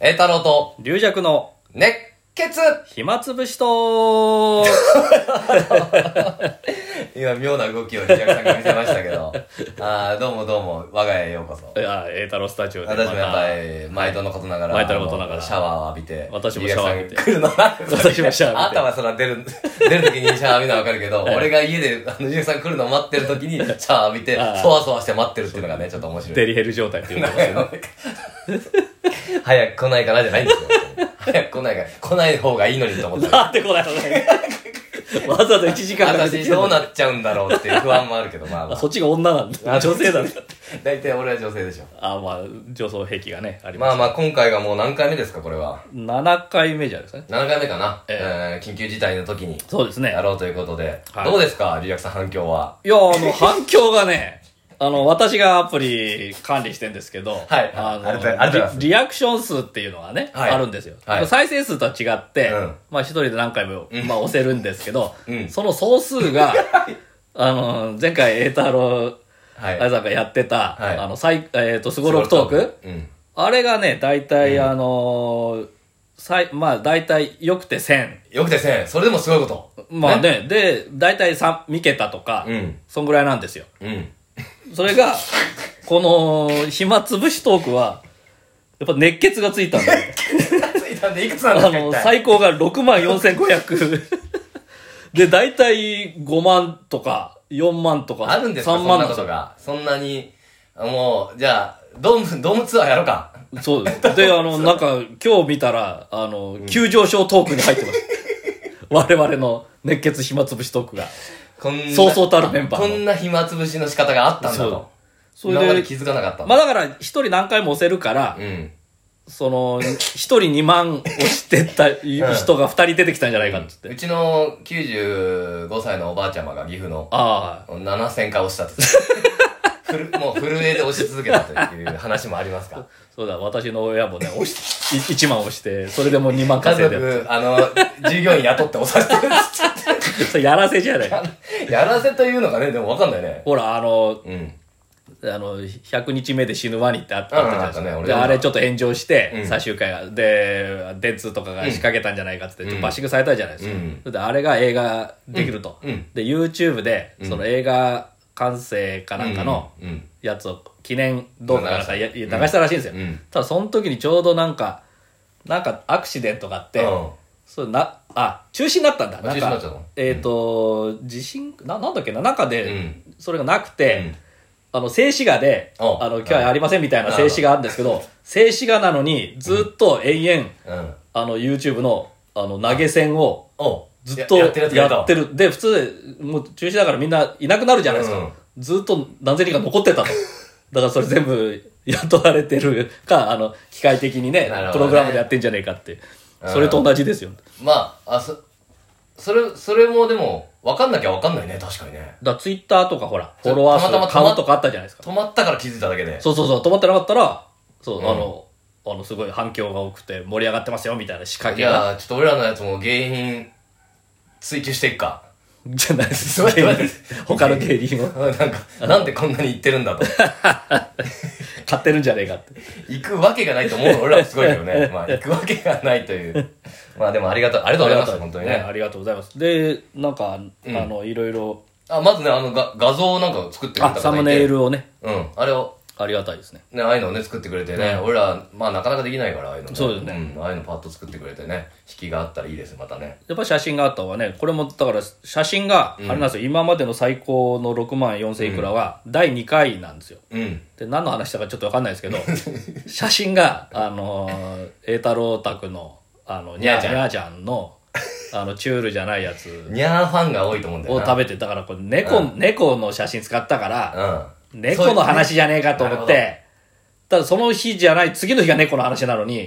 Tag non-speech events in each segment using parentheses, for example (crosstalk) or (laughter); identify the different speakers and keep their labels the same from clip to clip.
Speaker 1: 栄太郎と
Speaker 2: 龍尺の
Speaker 1: 熱血
Speaker 2: 暇つぶし
Speaker 1: (laughs)
Speaker 2: と
Speaker 1: 今、妙な動きをリアクさんが見せましたけ
Speaker 2: (laughs)
Speaker 1: ど。あーどうもどうも、我が家へようこそ。
Speaker 2: いや、栄太郎スタジオでま
Speaker 1: 私
Speaker 2: た
Speaker 1: もやっぱり、毎度のことながら、
Speaker 2: 毎度のことながら
Speaker 1: あのシャワーを浴びて、
Speaker 2: 私もシャワー浴びて
Speaker 1: リアクさんが来るのな
Speaker 2: 私もシ
Speaker 1: あ
Speaker 2: ャワー浴びて
Speaker 1: なたはそら出る、出る時にシャワー浴びるのはわかるけ
Speaker 2: (laughs)
Speaker 1: ど、俺が家で、あの、リアクさん来るのを待ってる時に、シャワー浴びて
Speaker 2: あ、ー
Speaker 1: そわそわして待ってるっていうのがね、ちょっと面白い。
Speaker 2: デリヘル状態っていうのが
Speaker 1: なんか (laughs) 早く来ないかなじゃないんですよ。早く来ないから、来ない方がいいのにと思って。
Speaker 2: なんでこないのね (laughs) わざわざ1時間かけて
Speaker 1: 私
Speaker 2: 来た
Speaker 1: ど
Speaker 2: の
Speaker 1: うなっちゃうんだろうっていう不安もあるけど、まあま
Speaker 2: あ
Speaker 1: あ
Speaker 2: そ。っちが女なんだ
Speaker 1: あ
Speaker 2: 女性なんだ
Speaker 1: 大体俺は女性でしょ。
Speaker 2: あまあ女装癖がねあり
Speaker 1: ま
Speaker 2: ま
Speaker 1: あまあ今回がもう何回目ですか、これは。
Speaker 2: す7回目じゃないですかね
Speaker 1: 7回目かな。え
Speaker 2: え
Speaker 1: ー緊急事態の時に
Speaker 2: そうですね
Speaker 1: やろうということで。
Speaker 2: はい
Speaker 1: どうですか、リラクさん反響は。
Speaker 2: いやあの反響がね (laughs) あの私がアプリ管理してんですけど、
Speaker 1: はい
Speaker 2: あ
Speaker 1: ありがとうございますありがとうございま
Speaker 2: の
Speaker 1: す
Speaker 2: リリアクション数っていうのがね、
Speaker 1: はい
Speaker 2: あるんですよ、
Speaker 1: はい
Speaker 2: 再生数とは違って、
Speaker 1: うん
Speaker 2: まあ一人で何回も、まあ、押せるんですけ
Speaker 1: (laughs)
Speaker 2: ど、
Speaker 1: うん
Speaker 2: その総数があの前回栄太郎
Speaker 1: は
Speaker 2: あ
Speaker 1: い。
Speaker 2: さんがやってた、
Speaker 1: はい
Speaker 2: あの最えっ、とスゴロクトーク
Speaker 1: うん。
Speaker 2: あれがね大体、あの最まあ大体よくて1000
Speaker 1: よくて1000、それでもすごいこと。
Speaker 2: まあねで大体 3, 3桁とか、
Speaker 1: うん。
Speaker 2: そんぐらいなんですよ
Speaker 1: うん。
Speaker 2: それが、この、暇つぶしトークは、やっぱ熱血がついたんだ
Speaker 1: (laughs)
Speaker 2: よ。
Speaker 1: ついたんでいくつなんです
Speaker 2: あ
Speaker 1: か一
Speaker 2: の、
Speaker 1: 体
Speaker 2: 最高が6万4500。で、大体5万とか、4万とか、
Speaker 1: あるんですかそ
Speaker 2: 3
Speaker 1: ん
Speaker 2: 万
Speaker 1: なことが。そんなに、もう、じゃあ、ドーム、ドームツアーやろうか。
Speaker 2: が。そうです。で、あの、なんか、今日見たら、あの、急上昇トークに入って (laughs) ます。我々の熱血暇つぶしトークが。
Speaker 1: こんな、
Speaker 2: そうそうたるメンバー
Speaker 1: こ
Speaker 2: の
Speaker 1: んな暇つぶしの仕方があったんだ
Speaker 2: そう
Speaker 1: と。
Speaker 2: そ
Speaker 1: 今ま
Speaker 2: れ
Speaker 1: で
Speaker 2: で
Speaker 1: 気、づかなかったんだ
Speaker 2: まあだから、一人何回も押せるから、
Speaker 1: うん。
Speaker 2: その、一人2万押してった人が2人出てきたんじゃないかっつって
Speaker 1: う。ちの95歳のおばあちゃまが岐阜の
Speaker 2: あ
Speaker 1: 7000回押したって
Speaker 2: (laughs)
Speaker 1: ふるもう震えで押し続けたという話もありますか
Speaker 2: あ、そうだ、私の親もね、押し、い1万押して、それでもう2万
Speaker 1: 家
Speaker 2: (laughs) 稼いで。
Speaker 1: 族あの従業員雇って押させてるんで
Speaker 2: それやらせじゃない。
Speaker 1: す
Speaker 2: (laughs)
Speaker 1: やらせというのがねでも分かんないね
Speaker 2: ほら、あの、
Speaker 1: うん
Speaker 2: あの、100日目で死ぬワニってあっ
Speaker 1: うん
Speaker 2: たあったじゃないです
Speaker 1: あったね
Speaker 2: か。
Speaker 1: 俺
Speaker 2: で、
Speaker 1: も
Speaker 2: あれちょっと炎上して、
Speaker 1: うん
Speaker 2: 最終回が、で、電通とかが仕掛けたんじゃないかっつって、ちょっとバッシングされたじゃないですか。
Speaker 1: うん
Speaker 2: それで、あれが映画できると。
Speaker 1: うんうん
Speaker 2: で、YouTube で、その映画完成かなんかの、
Speaker 1: うんうん
Speaker 2: やつを記念動画からさ
Speaker 1: 流
Speaker 2: 流
Speaker 1: した
Speaker 2: 流したらしいんですよ、
Speaker 1: うん
Speaker 2: ただその時にちょうどなんかなんかアクシデントがあって、
Speaker 1: うん
Speaker 2: そうなあ中止になったんだなん
Speaker 1: 中止になっちゃった
Speaker 2: か
Speaker 1: の
Speaker 2: えっ、と、地震ななんだっけな中
Speaker 1: う
Speaker 2: で
Speaker 1: ん
Speaker 2: それがなく
Speaker 1: うん
Speaker 2: て、あの静止画で、
Speaker 1: お
Speaker 2: あの今日はありませんみたいな静止画あるんですけど静止画なのにずっと延々、
Speaker 1: うん
Speaker 2: あの YouTube のあの投げ銭を
Speaker 1: おう
Speaker 2: ずっと
Speaker 1: や
Speaker 2: や
Speaker 1: ってるやつ
Speaker 2: ってる。で、普通、もう中止だからみんないなくなるじゃないですか。
Speaker 1: うん
Speaker 2: ずっと何千人か残ってたと。 (laughs) だからそれ全部雇われてるか、あの、機械的にね
Speaker 1: なるほどね
Speaker 2: プログラムでやってんじゃねえかって。それと同じですよ。
Speaker 1: まああそそれそれもでも分かんなきゃ分かんないね確かにね
Speaker 2: だツイッターとかほら、フォロワー数
Speaker 1: たまた
Speaker 2: の
Speaker 1: またま
Speaker 2: 顔とかあったじゃないですか。
Speaker 1: 止まったから気づいただけで
Speaker 2: そうそうそう、止まってなかったら、そう、
Speaker 1: うん
Speaker 2: あの、あの、すごい反響が多くて盛り上がってますよ、みたいな仕掛
Speaker 1: い
Speaker 2: けが。
Speaker 1: やーちょっと俺らのやつも原因追求していくか (laughs)
Speaker 2: じゃないです
Speaker 1: 待って待って
Speaker 2: (laughs) 他の芸人を
Speaker 1: なんかなんでこんなに言ってるん
Speaker 2: (laughs)
Speaker 1: だと
Speaker 2: 買ってるんじゃねえかって。
Speaker 1: 行くわけがないと思うの俺らもすごいけど
Speaker 2: (laughs)
Speaker 1: ね。まあ、行くわけがないという。まあ、でもありがとう、ありがとうございます、本当にね。
Speaker 2: ありがとうございます。で、なんか、あの、いろいろ、
Speaker 1: あ、まずね、あの、が画像なんか作ってくれた
Speaker 2: あ、
Speaker 1: 方
Speaker 2: サム
Speaker 1: がい
Speaker 2: ネ
Speaker 1: て
Speaker 2: イ。ルをね、
Speaker 1: うん。あれを、
Speaker 2: ありがたいですね。
Speaker 1: ね、ああいうのをね、作ってくれてね。
Speaker 2: うん
Speaker 1: 俺ら、まあ、なかなかできないから、ああいうのね。
Speaker 2: そうですね
Speaker 1: うん。ああいうのパッと作ってくれてね。引きがあったらいいです、またね。
Speaker 2: やっぱり写真があった方がね、これも、だから写真が、あれなんですよ、今までの最高の6万4千いくらは、第2回なんですよ。
Speaker 1: うん。
Speaker 2: で、何の話したかちょっとわかんないですけど、写真が、あのー、栄太郎宅の、あの、に
Speaker 1: にゃー
Speaker 2: ゃ
Speaker 1: ちゃん
Speaker 2: にゃーちゃんの、あの、チュールじゃないやつ
Speaker 1: にゃーファンが多いと思うんだよ
Speaker 2: を
Speaker 1: な。
Speaker 2: 食べて、だからこれ猫、猫の写真使ったから、
Speaker 1: うん。
Speaker 2: 猫の話じゃねえかと思っ
Speaker 1: そういう
Speaker 2: て、ただその日じゃない、次の日が猫の話なのに、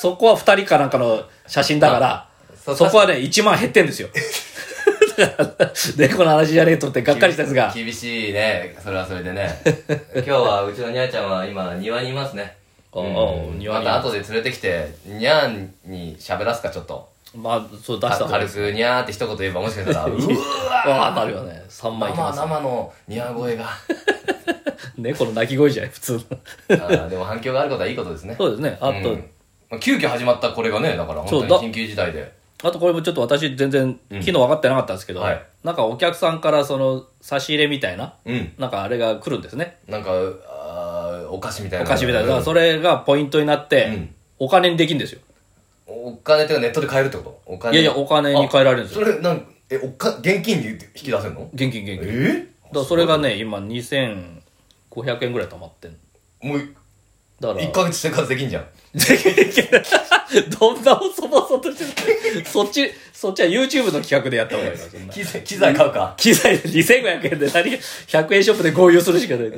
Speaker 2: そこは二人かなんかの写真だから、
Speaker 1: そう
Speaker 2: そこはね、1万減ってんですよ。だから猫の話じゃねえと思ってがっかりしたやつが、
Speaker 1: 厳しいね。それはそれで
Speaker 2: (laughs)
Speaker 1: ね。今日は、うちのにゃーちゃんは今、庭にいますね。
Speaker 2: おうおう庭
Speaker 1: ま
Speaker 2: に
Speaker 1: た後で連れてきて、にゃーに喋らすか、ちょっと。
Speaker 2: まあ、そう出した方がいい
Speaker 1: 軽
Speaker 2: です。
Speaker 1: くにゃーって一言言えばもしか
Speaker 2: (laughs)
Speaker 1: したら、うー
Speaker 2: わあ、なるよね。3枚いき
Speaker 1: 生
Speaker 2: ます。
Speaker 1: 生のにゃー声が。
Speaker 2: (laughs) 猫の鳴き声じゃない、普通の。
Speaker 1: あーでも反響があることはいいことですね。
Speaker 2: そうですね。あと、
Speaker 1: うんまあ急遽始まったこれがね、だから
Speaker 2: そう
Speaker 1: 本当に緊急事態で。
Speaker 2: あとこれもちょっと私全然昨日分かってなかったんですけど、
Speaker 1: はい
Speaker 2: なんかお客さんからその差し入れみたいな、
Speaker 1: うん。
Speaker 2: なんかあれが来るんですね。
Speaker 1: なんか、あーお菓子みたい
Speaker 2: お
Speaker 1: な。
Speaker 2: 菓子みたいな。だから
Speaker 1: うん
Speaker 2: それがポイントになって、
Speaker 1: うん
Speaker 2: お金にできるんですよ。
Speaker 1: お金っていうかネットで買えるってことお金。
Speaker 2: いやいや、お金に変えられるんです
Speaker 1: そ
Speaker 2: よ。
Speaker 1: れ、なんえ、おか、現金で引き出せるの
Speaker 2: 現金現金。だか
Speaker 1: え
Speaker 2: らそれがね、今2500円ぐらい貯まってんの
Speaker 1: もう、
Speaker 2: だから。
Speaker 1: 1ヶ月生活できんじゃん。
Speaker 2: (laughs) どんな細々としてるそっち、そっちは YouTube の企画でやった方がいいわそんな。
Speaker 1: 機材機材買うか。
Speaker 2: 機材で2500円で何 ?100 円ショップで合流するしかない。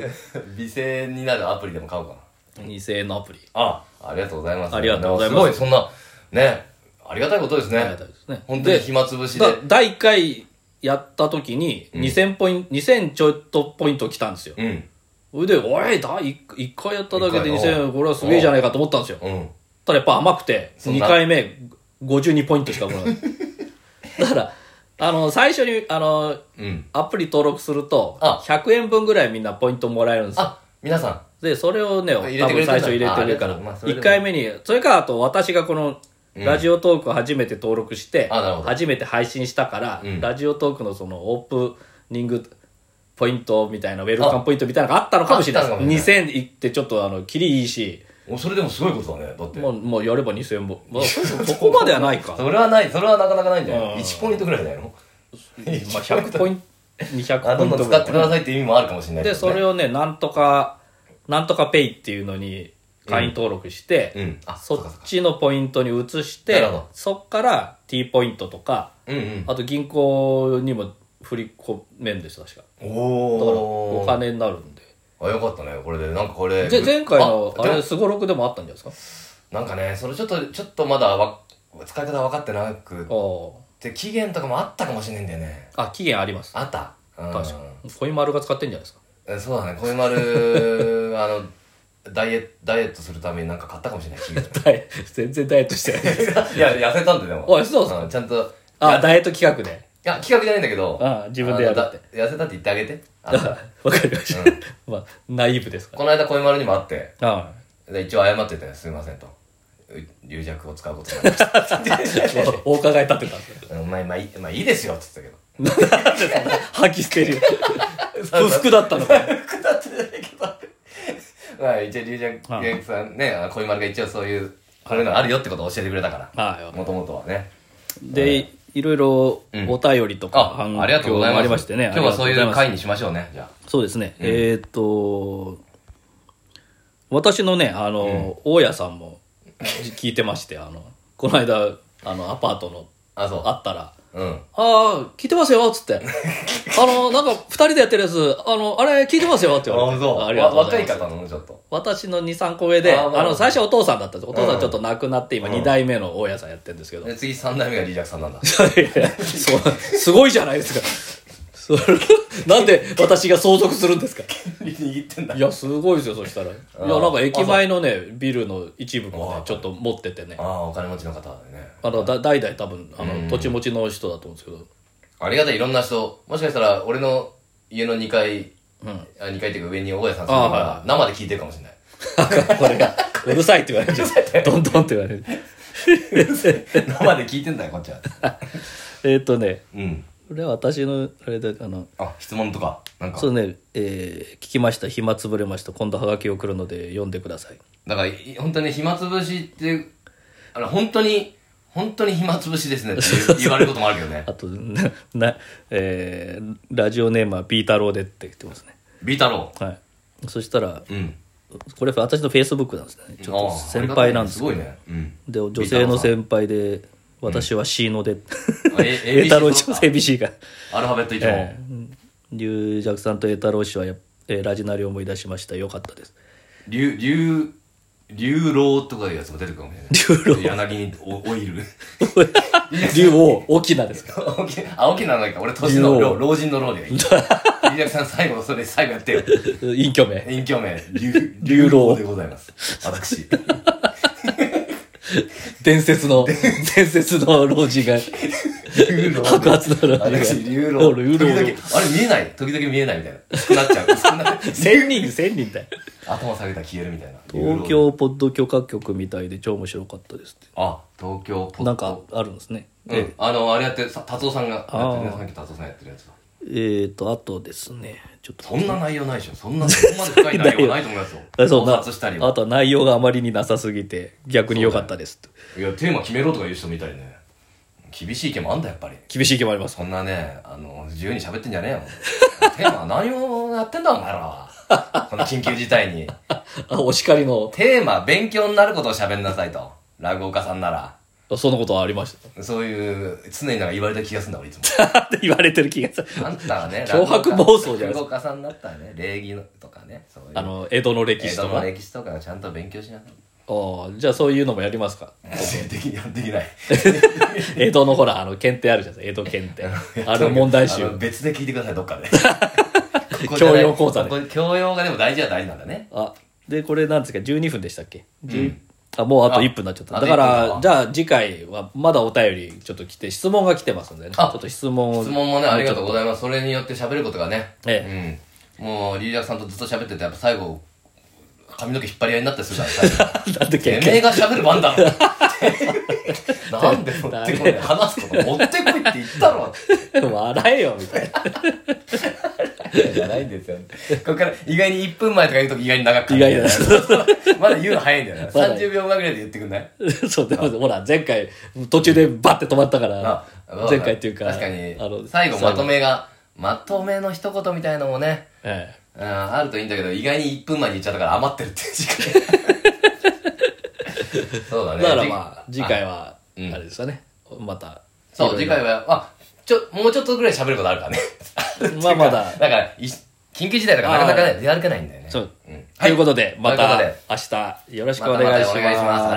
Speaker 1: 美声になるアプリでも買うかな。
Speaker 2: 2000円のアプリ。
Speaker 1: ああ、ありがとうございます。
Speaker 2: ありがとうございます
Speaker 1: すごい、そんな、ね、ありがたいことです
Speaker 2: ありが
Speaker 1: ね
Speaker 2: たい。ですね
Speaker 1: 本当に暇つぶしで。
Speaker 2: だ第1回やった時に2000ポイント、2000ちょっとポイント来たんですよ。
Speaker 1: うん。
Speaker 2: それで、おい、だ1、一回やっただけで
Speaker 1: 一回
Speaker 2: 2000
Speaker 1: の
Speaker 2: 円、これはすげえじゃないかと思ったんですよ。
Speaker 1: うん。
Speaker 2: ただやっぱ甘くて、
Speaker 1: そん
Speaker 2: 2
Speaker 1: な
Speaker 2: 回目、52ポイントしか来
Speaker 1: (laughs)
Speaker 2: ない。だから、あの、最初に、あの、
Speaker 1: うん。
Speaker 2: アプリ登録すると、
Speaker 1: あ
Speaker 2: 100円分ぐらいみんなポイントもらえるんですよ。
Speaker 1: あ、皆さん。
Speaker 2: で、それをね、多
Speaker 1: 入れてくれてん
Speaker 2: 分
Speaker 1: だ
Speaker 2: 最初入れてるか
Speaker 1: ああ
Speaker 2: ら、
Speaker 1: りがとうまあそれでも
Speaker 2: 1回目に、それか、あと私がこの、ラジオトークを初めて登録して、
Speaker 1: あなるほど
Speaker 2: 初めて配信したから、
Speaker 1: うん
Speaker 2: ラジオトークのそのオープニングポイントみたいな、ウェルカムポイントみたいなのがあったのかもしれな
Speaker 1: ああった
Speaker 2: い
Speaker 1: のかも
Speaker 2: で
Speaker 1: し
Speaker 2: す。2000いってちょっと、あの、キリいいし、
Speaker 1: おそれでもすごいことだね。だって。
Speaker 2: もう、もうやれば2000本。
Speaker 1: (laughs)
Speaker 2: まあ、そこまではないか。ま
Speaker 1: それはない、それはなかなかないんじゃ
Speaker 2: う
Speaker 1: なんい ?1 ポイントぐらいだよ。まあ
Speaker 2: あ、100ポイント、200
Speaker 1: (laughs) あ、ど
Speaker 2: ポイ
Speaker 1: んど
Speaker 2: ン
Speaker 1: ん
Speaker 2: ト
Speaker 1: 使ってくださいっていう意味もあるかもしれない
Speaker 2: で、それ
Speaker 1: を。
Speaker 2: をね、なんとか、なんとかペイっていうのに会員登録して、
Speaker 1: うん。あ、
Speaker 2: そ
Speaker 1: そっかそっ
Speaker 2: っ
Speaker 1: か。
Speaker 2: ちのポイントに移して
Speaker 1: なるほど、
Speaker 2: そっから T ポイントとか、
Speaker 1: うんうん。
Speaker 2: あと銀行にも振り込めんです、確か。だから、
Speaker 1: お
Speaker 2: お
Speaker 1: お。
Speaker 2: 金になるんで。
Speaker 1: あ、よかったね。これで、なんかこれ。
Speaker 2: で、前回の、
Speaker 1: あ
Speaker 2: あ
Speaker 1: でも
Speaker 2: れ、すごろくでもあったんじゃないです
Speaker 1: なんかね、それちょっと、ちょっとまだわ、使い方分かってなく
Speaker 2: かあ
Speaker 1: て、期限とかもあったかもしれないんだよね。
Speaker 2: あ。あ、期限あります。
Speaker 1: あった。うん
Speaker 2: 確かに。コイマルが使ってんじゃないですか。
Speaker 1: えそうだね、小丸、 (laughs) あの、ダイエット、ダイエットするためになんか買ったかもしれない期
Speaker 2: (laughs)
Speaker 1: 限
Speaker 2: (laughs) ダイエ全然ダイエットしてない。
Speaker 1: いや、痩せたんで、でも。
Speaker 2: あそうっすか
Speaker 1: んちゃんと、
Speaker 2: あ、ダイエット企画で。
Speaker 1: いや、企画じゃないんだけど、
Speaker 2: あ自分でやるって
Speaker 1: あのだ痩せたって言ってあげて。あ
Speaker 2: (laughs) あ (laughs) わかりました。まあ、ナイーブですか
Speaker 1: この間、小丸にも会って、
Speaker 2: ら。はい。
Speaker 1: で一応謝ってて、すいませんと。う流弱を使うことになりました。
Speaker 2: (laughs) お伺い立てたんで。 (laughs)
Speaker 1: うんまあ、まあ、いいまあ、いいですよって言って
Speaker 2: 破棄してるよ。
Speaker 1: たけど。
Speaker 2: 不服だったの (laughs) か。
Speaker 1: (laughs) 服だってじゃないけど。まあ、一応、流弱さんね、あの小丸が一応そういう、こういうのあるよってことを教えてくれたから。
Speaker 2: は
Speaker 1: もともとはね。
Speaker 2: い。で、いろいろお便りとか反
Speaker 1: あ、ありがとう
Speaker 2: 響
Speaker 1: ござい
Speaker 2: も
Speaker 1: ます。
Speaker 2: ありましてね。
Speaker 1: 今日はそういう
Speaker 2: 回。
Speaker 1: 回にしましょうね、じゃ
Speaker 2: そうですね。えーっと、私のね、あの、大家さんもじ聞いてまして、あの、この間、あの、アパートの、
Speaker 1: あ。あ、そう。
Speaker 2: あったら、
Speaker 1: うん。
Speaker 2: ああ、聞いてますよ、つって。あの、なんか、二人でやってるやつ、あの、あれ、聞いてますよ、って言われて。
Speaker 1: わ
Speaker 2: ありがとうござい
Speaker 1: 若い
Speaker 2: ます。
Speaker 1: 方なの、ちょっと。
Speaker 2: 私の2、3個上で、
Speaker 1: あ
Speaker 2: あ
Speaker 1: ーまあ
Speaker 2: の、最初はお父さんだったんです。お父さ
Speaker 1: うん
Speaker 2: んちょっと亡くなって、今2代目の大家さんやってるんですけど。
Speaker 1: で、次3代目がリージャクさん
Speaker 2: (laughs)
Speaker 1: なんだ。
Speaker 2: そうすごいじゃないですか。それ (laughs) なんで私が相続するんですか
Speaker 1: 握ってんだ
Speaker 2: いや、すごいですよ、そしたら。いや、なんか駅前のね、ビルの一部もね、ちょっと持っててね
Speaker 1: あ。あ、お金持ちの方でね。
Speaker 2: あの、だ代々多分、あの、土地持ちの人だと思うんですけど。
Speaker 1: ありがたい、いろんな人。もしかしたら、俺の家の2階、
Speaker 2: うん。
Speaker 1: あ2階っていうか上に大家さん住んでるか
Speaker 2: あ
Speaker 1: ら、生で聞いてるかもしれ
Speaker 2: (laughs)
Speaker 1: ない。
Speaker 2: これが、うるさいって言われるじゃん。どんどんって言われる。
Speaker 1: 生で聞いてんだよ、こっちは。
Speaker 2: えっとね、
Speaker 1: うん。
Speaker 2: これは私の、あれだ、あの、
Speaker 1: あ、質問とか、なんか
Speaker 2: そ。うね、えー聞きました。暇つぶれました。今度はがき送るので読んでください。
Speaker 1: だから、い本当に暇つぶしっていう、あの、本当に、本当に暇つぶしですねって言う言われることもあるけどね。
Speaker 2: あと、な、なえーラジオネームは B 太郎でって言ってますね。
Speaker 1: ビータロ
Speaker 2: はい。そしたら、
Speaker 1: ー。うん。
Speaker 2: これ私のフェイスブックなんですね。ちょっ
Speaker 1: あ
Speaker 2: と
Speaker 1: あ
Speaker 2: 先輩なんですけど
Speaker 1: ありがたいねすごいね。うん。
Speaker 2: で、女性の先輩で、私は C ので、 (laughs)
Speaker 1: え
Speaker 2: A 太郎
Speaker 1: ABC
Speaker 2: 氏の ABC が。
Speaker 1: アルファベット一問。
Speaker 2: えー龍尺さんと A 太郎氏はやっ、えーラジナリを思い出しました。よかった (laughs) です。
Speaker 1: 流、流、流浪とかいうやつも出てくるかもしれない。流浪。柳におオイル。 (laughs)
Speaker 2: 龍王、沖縄です。
Speaker 1: 青木、青木なのか、俺年の
Speaker 2: 流
Speaker 1: 老、
Speaker 2: 浪
Speaker 1: 老人の老
Speaker 2: (laughs)
Speaker 1: でいい。リリアクさん最後、それ最後やってよ。
Speaker 2: 隠居名。
Speaker 1: 隠居名、流、
Speaker 2: 流浪
Speaker 1: でございます。
Speaker 2: (laughs)
Speaker 1: 私。
Speaker 2: 伝説 (laughs) の、伝説の老人が。
Speaker 1: 流浪。
Speaker 2: 白髪の老人
Speaker 1: 私、流浪。
Speaker 2: 流浪 (laughs)
Speaker 1: 時々、あれ見えない時々見えないみたいな。薄くなっちゃう。薄くなる。
Speaker 2: 千人、千人だよ。
Speaker 1: 頭下げたら消えるみたいな
Speaker 2: 東京ポッド許可局みたいで超面白かったですっ
Speaker 1: あ東京ポッ
Speaker 2: て
Speaker 1: ド
Speaker 2: なんかあるんですね、
Speaker 1: うん、あのあれやってさ達夫さんがやってるね
Speaker 2: あー
Speaker 1: さっき達夫さんやってるやつだ
Speaker 2: えっ、とあとですねちょっと
Speaker 1: そんな内容ないでしょそんなそこまで深い内容はないと思いますよ
Speaker 2: (laughs) あそう
Speaker 1: 考察したり
Speaker 2: あ
Speaker 1: は
Speaker 2: とは内容があまりになさすぎて逆に良かったですと、
Speaker 1: いやテーマ決めろとか言う人もいたりね厳しい意見もあんだやっぱり
Speaker 2: 厳しい意見もあります
Speaker 1: そんなねあの自由に喋ってんじゃねえよテーマは何をやってんだお前らはこの緊急事態に
Speaker 2: あお叱りの
Speaker 1: テーマ勉強になることを喋んなさいと落語家さんなら
Speaker 2: そんなことはありまし
Speaker 1: そういう常になんか言われた気がするんだ俺いつも
Speaker 2: た (laughs) って言われてる気がする
Speaker 1: あんたはね
Speaker 2: (laughs) 脅迫妄想じゃないですか
Speaker 1: 落語家さん落語家さんだったらね礼儀のとかねそういう
Speaker 2: あの江戸の歴
Speaker 1: 江
Speaker 2: 史
Speaker 1: 戸
Speaker 2: と
Speaker 1: の
Speaker 2: か
Speaker 1: 歴史とかをちゃんと勉強しなさい
Speaker 2: (laughs) ああじゃあそういうのもやりますか
Speaker 1: 性的にはできない
Speaker 2: 江戸のほらあの検定あるじゃないですか江戸
Speaker 1: (laughs)
Speaker 2: 検定あの問題集
Speaker 1: あの別で聞いてくださいどっ
Speaker 2: (laughs)
Speaker 1: かでここじゃ
Speaker 2: 教
Speaker 1: ない
Speaker 2: 養講座で
Speaker 1: ここ教養がでも大事は大事なんだね
Speaker 2: あでこれなんですか12分でしたっけ、10あもうあと
Speaker 1: あ
Speaker 2: 1分になっちゃった
Speaker 1: あ
Speaker 2: だか
Speaker 1: あと1
Speaker 2: ら
Speaker 1: 分
Speaker 2: じゃあ次回はまだお便りちょっと来て質問が来てますんでねちょ
Speaker 1: あ
Speaker 2: っと質問を
Speaker 1: 質問もねありがとう
Speaker 2: う
Speaker 1: ございますそれによって喋ることがね
Speaker 2: え
Speaker 1: うんもうリーダーさんとずっと喋っててやっぱ最後髪の毛引っ張り合いになったりするから最後
Speaker 2: (laughs) なんだっけ
Speaker 1: てめえが喋る番
Speaker 2: (laughs)
Speaker 1: だろなんで持ってこい話すこと持ってこいって言ったろ
Speaker 2: (laughs) 笑えよみたいな (laughs)
Speaker 1: じゃないんですよここから意外に1分前とか言うと意外に長く感じる
Speaker 2: 意外だ
Speaker 1: まだ言うの早いんだよね
Speaker 2: まだ
Speaker 1: 30秒前ぐらいで言ってくんない
Speaker 2: そうでもほら前回途中でバッて止まったから
Speaker 1: あ
Speaker 2: 前回っていうか
Speaker 1: 確か
Speaker 2: あの
Speaker 1: に最後まとめがまとめの一言みたいのもね
Speaker 2: ええ
Speaker 1: うんあるといいんだけど意外に1分前に言っちゃったから余ってるっていう
Speaker 2: (laughs)
Speaker 1: 時間そうだね
Speaker 2: だからまあ次回は
Speaker 1: うん
Speaker 2: あれですよねまた
Speaker 1: そう次回
Speaker 2: は
Speaker 1: はあちょもうちょっとぐらい喋ることあるからね
Speaker 2: まあまだ
Speaker 1: っていうかだからい緊急事態だからなかなかね出歩けないんだよね
Speaker 2: そう
Speaker 1: うん
Speaker 2: ということでま
Speaker 1: ということ
Speaker 2: た
Speaker 1: で
Speaker 2: 明日よろしく
Speaker 1: また
Speaker 2: お
Speaker 1: またお願
Speaker 2: 願い
Speaker 1: いしますありがと
Speaker 2: します
Speaker 1: うございます